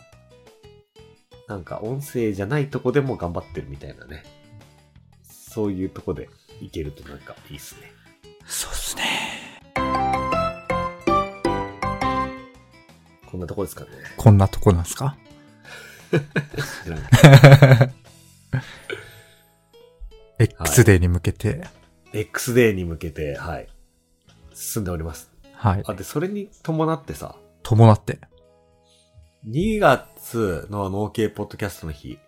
なんか音声じゃないとこでも頑張ってるみたいなね。そういうとこでいけるとなんかいいっすね。そうっすね。こんなとこですかね。こんなとこなんすか知らん ?X デーに向けて、 X デーに向けて、はい。進んでおります。はい。あ、で、それに伴ってさ、伴って。 2月の農系ポッドキャストの日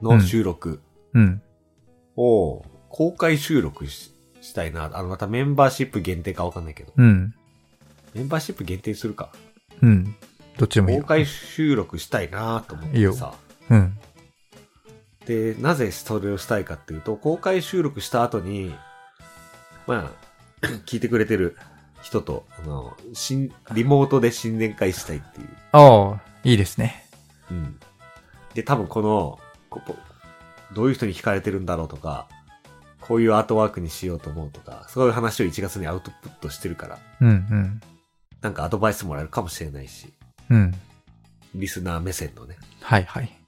の収録うん。を公開収録ししたいな。あの、またメンバーシップ限定かわかんないけど。うん。メンバーシップ限定するか。うん。どっちでもいい公よ。開収録したいなと思っいいてよさ。うん。で、なぜそれをしたいかっていうと、公開収録した後に、まあ、 聞いてくれてる人と、あの、新、リモートで新年会したいっていう。ああ、いいですね。うん。で、多分この、ここどういう人に惹かれてるんだろうとか、こういうアートワークにしようと思うとか、そういう話を1月にアウトプットしてるから、うんなんかアドバイスもらえるかもしれないし、うん。うん。リスナー目線のね。はいはい。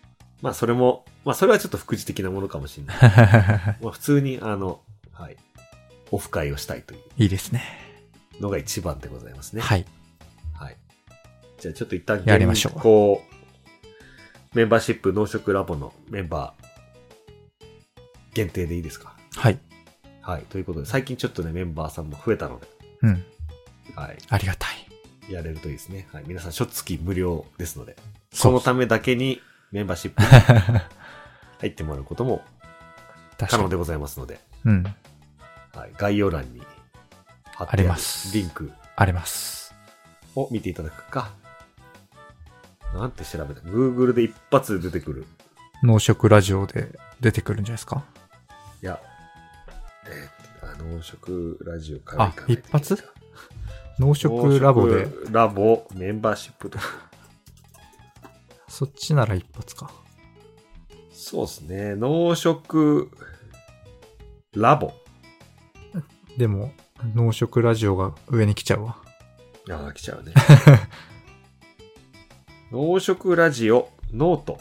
まあそれも、まあそれはちょっと副次的なものかもしれない。まあ普通に、あの、はい、オフ会をしたいといういいですね。のが一番でございますね。はい。はい。じゃあちょっと一旦やりましょうこう、メンバーシップ農食ラボのメンバー限定でいいですかはい。はい。ということで、最近ちょっとね、メンバーさんも増えたので、うん。はい。ありがたい。やれるといいですね。はい。皆さん、初月無料ですので、そそうのためだけにメンバーシップに 入ってもらうことも確可か能に。でございますので、うん。はい。概要欄に貼ってありますリンクあります。を見ていただくか、なんて調べた ?Google で一発で出てくる。農食ラジオで出てくるんじゃないですかいや、えーっと、あ農食ラジオから行かないといけないあ一発農食ラボで農、食ラボ、メンバーシップとか。そっちなら一発か。そうですね。農食ラボ。でも、農食ラジオが上に来ちゃうわ。ああ、来ちゃう ね。農食ラジオノート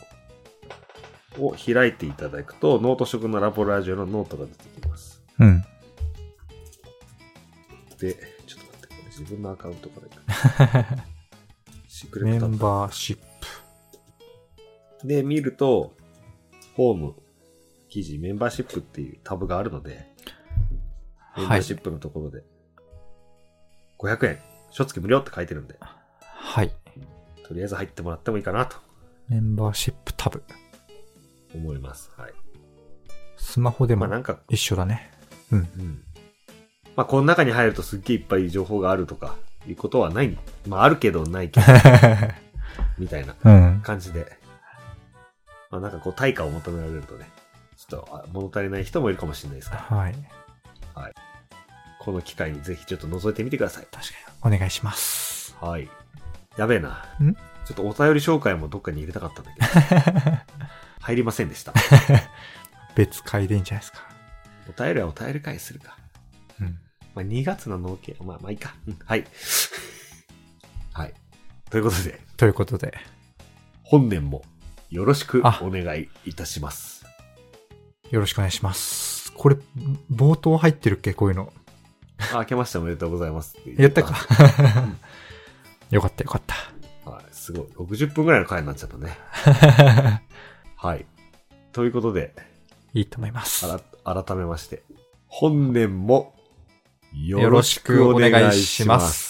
を開いていただくと、ノート食のラボラジオのノートが出てきます。うん。で、ちょっと待って、これ自分のアカウントからいく シークレメットタップンバーシップ。で、見ると、ホーム、記事、メンバーシップっていうタブがあるので、メンバはーいシ。ップのところで、500円、初月無料って書いてるんで、はい。とりあえず入ってもらってもいいかなとメンバーシップタブ。思います。はい。スマホでまもあなんか、一緒だね。うん。まあこの中に入るとすっげえいっぱい情報があるとか、いうことはない。まああるけどない けど、みたいな うん。感じで、まあなんかこう対価を求められるとね、ちょっとあ物足りない人もいるかもしれないですから、はい。この機会にぜひちょっと覗いてみてください。確かに。お願いします。はい。やべえな。んちょっとお便り紹介もどっかに入れたかったんだけど、 入りませんでした。別会でいいんじゃないですか。お便りはお便り会するか。うん。まあ、2月の農系、まあ、まあいいか。うんはい。 はい。ということで、ということで、本年もよろしくあお願いいたします。よろしくお願いします。これ、冒頭入ってるっけこういうの。あ、明けましておめでとうございますて言ったか。。よかったよか った。はい。すごい。60分ぐらいの回になっちゃったね。はい。ということで、いいと思います。あら改めまして、本年もよよろしくお願いします。